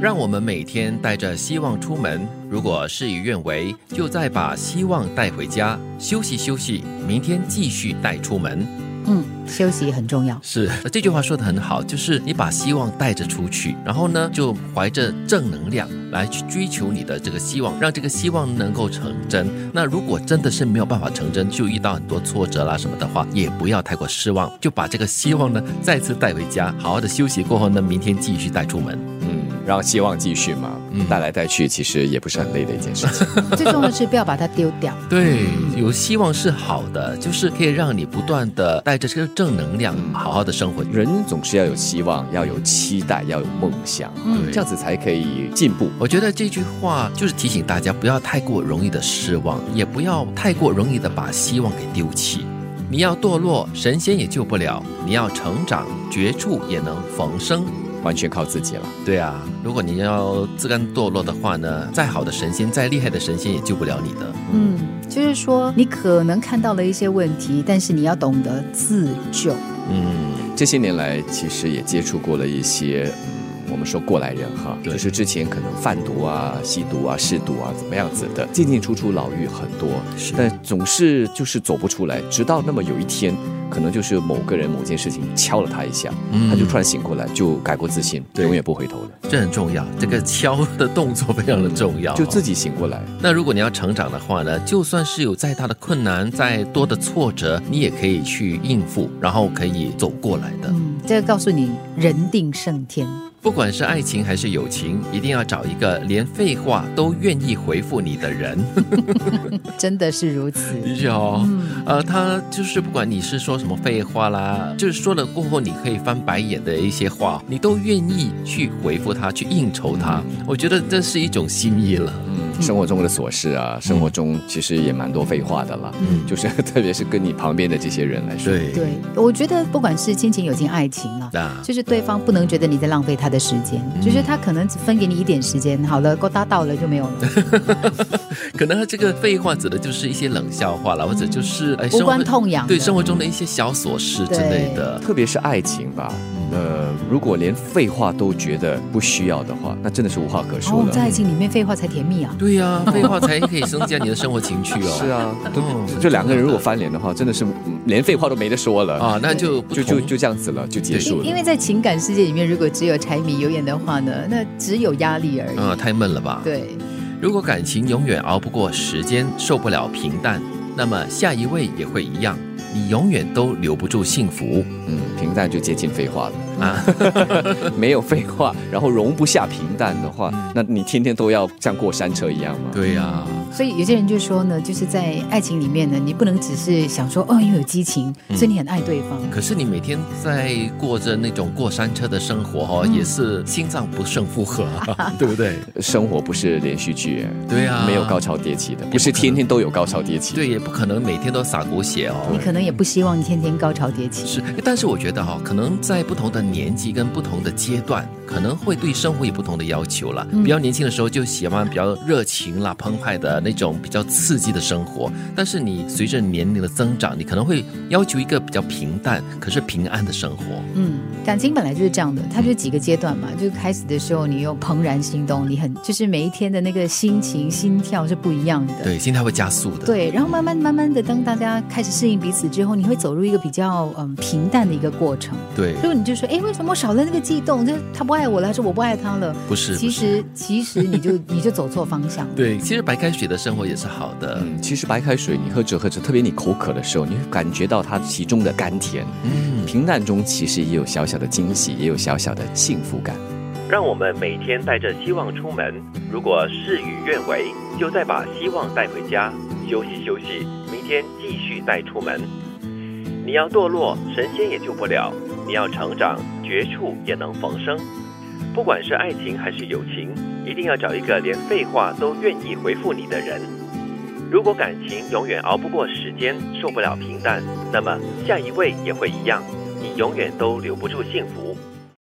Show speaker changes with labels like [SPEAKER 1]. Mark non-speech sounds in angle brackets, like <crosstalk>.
[SPEAKER 1] 让我们每天带着希望出门，如果事与愿违，就再把希望带回家，休息休息，明天继续带出门。
[SPEAKER 2] 嗯，休息很重要。
[SPEAKER 1] 是这句话说的很好，就是你把希望带着出去，然后呢，就怀着正能量来去追求你的这个希望，让这个希望能够成真。那如果真的是没有办法成真，就遇到很多挫折啦什么的话，也不要太过失望，就把这个希望呢再次带回家，好好的休息过后呢，明天继续带出门。
[SPEAKER 3] 嗯，让希望继续嘛，
[SPEAKER 1] 嗯
[SPEAKER 3] 带来带去其实也不是很累的一件事
[SPEAKER 1] <laughs>
[SPEAKER 3] 情。
[SPEAKER 2] 最重要的是不要把它丢掉。
[SPEAKER 1] 对，有希望是好的，就是可以让你不断的带着这个正能量，好好的生活。
[SPEAKER 3] 人总是要有希望，要有期待，要有梦想，
[SPEAKER 2] 嗯
[SPEAKER 1] 对
[SPEAKER 3] 这样子才可以进步。
[SPEAKER 1] 我觉得这句话就是提醒大家，不要太过容易的失望，也不要太过容易的把希望给丢弃。你要堕落，神仙也救不了；你要成长，绝处也能逢生。
[SPEAKER 3] 完全靠自己了。
[SPEAKER 1] 对啊，如果你要自甘堕落的话呢，再好的神仙，再厉害的神仙也救不了你的。
[SPEAKER 2] 嗯，就是说你可能看到了一些问题，但是你要懂得自救。
[SPEAKER 1] 嗯，
[SPEAKER 3] 这些年来，其实也接触过了一些，嗯，我们说过来人哈，
[SPEAKER 1] 对
[SPEAKER 3] 就是之前可能贩毒啊、吸毒啊、试毒啊，怎么样子的，进进出出牢狱很多，
[SPEAKER 1] 是
[SPEAKER 3] 但总是就是走不出来。直到那么有一天，可能就是某个人、某件事情敲了他一下，
[SPEAKER 1] 嗯
[SPEAKER 3] 他就突然醒过来，就改过自新，
[SPEAKER 1] 对
[SPEAKER 3] 永远不回头了，
[SPEAKER 1] 这很重要，这个敲的动作非常的重要、
[SPEAKER 3] 嗯就自己醒过来。
[SPEAKER 1] 那如果你要成长的话呢，就算是有再大的困难、再多的挫折，你也可以去应付，然后可以走过来的。
[SPEAKER 2] 嗯，这个告诉你，人定胜天。
[SPEAKER 1] 不管是爱情还是友情，一定要找一个连废话都愿意回复你的人。
[SPEAKER 2] 真的是如此。
[SPEAKER 1] <laughs>
[SPEAKER 2] 嗯
[SPEAKER 1] 的确哦，呃，他就是不管你是说什么废话啦，就是说了过后你可以翻白眼的一些话，你都愿意去回复他，去应酬他。我觉得这是一种心意了。
[SPEAKER 3] 嗯，生活中的琐事
[SPEAKER 1] 嗯
[SPEAKER 3] 啊，生活中其实也蛮多废话的啦，
[SPEAKER 2] 嗯
[SPEAKER 3] 就是 <laughs> 特别是跟你旁边的这些人来说，
[SPEAKER 1] 对
[SPEAKER 2] 对，我觉得不管是亲情、友情、爱情啊，
[SPEAKER 1] 那
[SPEAKER 2] 就是对方不能觉得你在浪费他的时间，
[SPEAKER 1] 嗯
[SPEAKER 2] 就是他可能只分给你一点时间，好了，够搭到了就没有了，
[SPEAKER 1] 可能他这个废话指的就是一些冷笑话啦，或者就是哎
[SPEAKER 2] 无
[SPEAKER 1] 生活
[SPEAKER 2] 关痛痒的。哦
[SPEAKER 1] 对生活中的一些小琐事之类的。
[SPEAKER 3] 特别是爱情吧，
[SPEAKER 1] 嗯
[SPEAKER 3] 呃，如果连废话都觉得不需要的话，那真的是无话可说
[SPEAKER 2] 哦，
[SPEAKER 3] 了。
[SPEAKER 2] 在爱情里面废话才甜蜜啊。
[SPEAKER 1] 对呀、废话才可以增加你的生活情趣哦。
[SPEAKER 3] <laughs> 是啊，
[SPEAKER 1] 嗯，
[SPEAKER 3] 就两个人如果翻脸的话，真的是嗯连废话都没得说了
[SPEAKER 1] 啊，那就不
[SPEAKER 3] 就就
[SPEAKER 1] 同
[SPEAKER 3] 就这样子了，就结束
[SPEAKER 2] 因因
[SPEAKER 3] 了。
[SPEAKER 2] 为在情感世界里面，如果只有柴米油盐的话呢，那只有压力而已。
[SPEAKER 1] 啊、太闷了吧？
[SPEAKER 2] 对，
[SPEAKER 1] 如果感情永远熬不过时间，受不了平淡，那么下一位也会一样，你永远都留不住幸福
[SPEAKER 3] 嗯，平淡就接近废话了，
[SPEAKER 1] 啊！
[SPEAKER 3] <laughs> 没有废话，然后容不下平淡的话，那你天天都要像过山车一样吗？
[SPEAKER 1] 嗯对呀、
[SPEAKER 2] 所以有些人就说呢，就是在爱情里面呢，你不能只是想说哦，因为有激情，所以你很爱对方。
[SPEAKER 1] 可是你每天在过着那种过山车的生活哦，也是心脏不胜负荷，对不对？
[SPEAKER 3] 生活不是连续剧，
[SPEAKER 1] 对啊
[SPEAKER 3] 没有高潮迭起的，不是天天都有高潮迭起。
[SPEAKER 1] 嗯对，也不可能每天都洒狗血哦。
[SPEAKER 2] 你可能也不希望天天高潮迭起。
[SPEAKER 1] 是，但是我觉得哈、可能在不同的年纪跟不同的阶段，可能会对生活有不同的要求了。
[SPEAKER 2] 嗯
[SPEAKER 1] 比较年轻的时候就喜欢比较热情啦、澎湃的那种比较刺激的生活，但是你随着年龄的增长，你可能会要求一个比较平淡可是平安的生活。
[SPEAKER 2] 嗯，感情本来就是这样的，它就几个阶段嘛。就开始的时候，你又怦然心动，你很就是每一天的那个心情、心跳是不一样的。
[SPEAKER 1] 对，心态会加速的。，
[SPEAKER 2] 对然后慢慢慢慢的，当大家开始适应彼此之后，你会走入一个比较嗯平淡的一个过程。
[SPEAKER 1] 对，
[SPEAKER 2] 如果你就说，哎，为什么我少了那个悸动？就是他不爱我了，还是我不爱他了？
[SPEAKER 1] 不是
[SPEAKER 2] 其实其实你就你就走错方向了。
[SPEAKER 1] 对，其实白开水的生活也是好的。
[SPEAKER 3] 嗯，其实白开水你喝着喝着，特别你口渴的时候，你会感觉到它其中的甘甜。
[SPEAKER 1] 嗯，
[SPEAKER 3] 平淡中其实也有小小的惊喜，也有小小的幸福感。
[SPEAKER 1] 让我们每天带着希望出门。如果事与愿违，就再把希望带回家，休息休息，明天继续带出门。你要堕落，神仙也救不了；你要成长，绝处也能逢生。不管是爱情还是友情，一定要找一个连废话都愿意回复你的人。如果感情永远熬不过时间，受不了平淡，那么下一位也会一样，你永远都留不住幸福。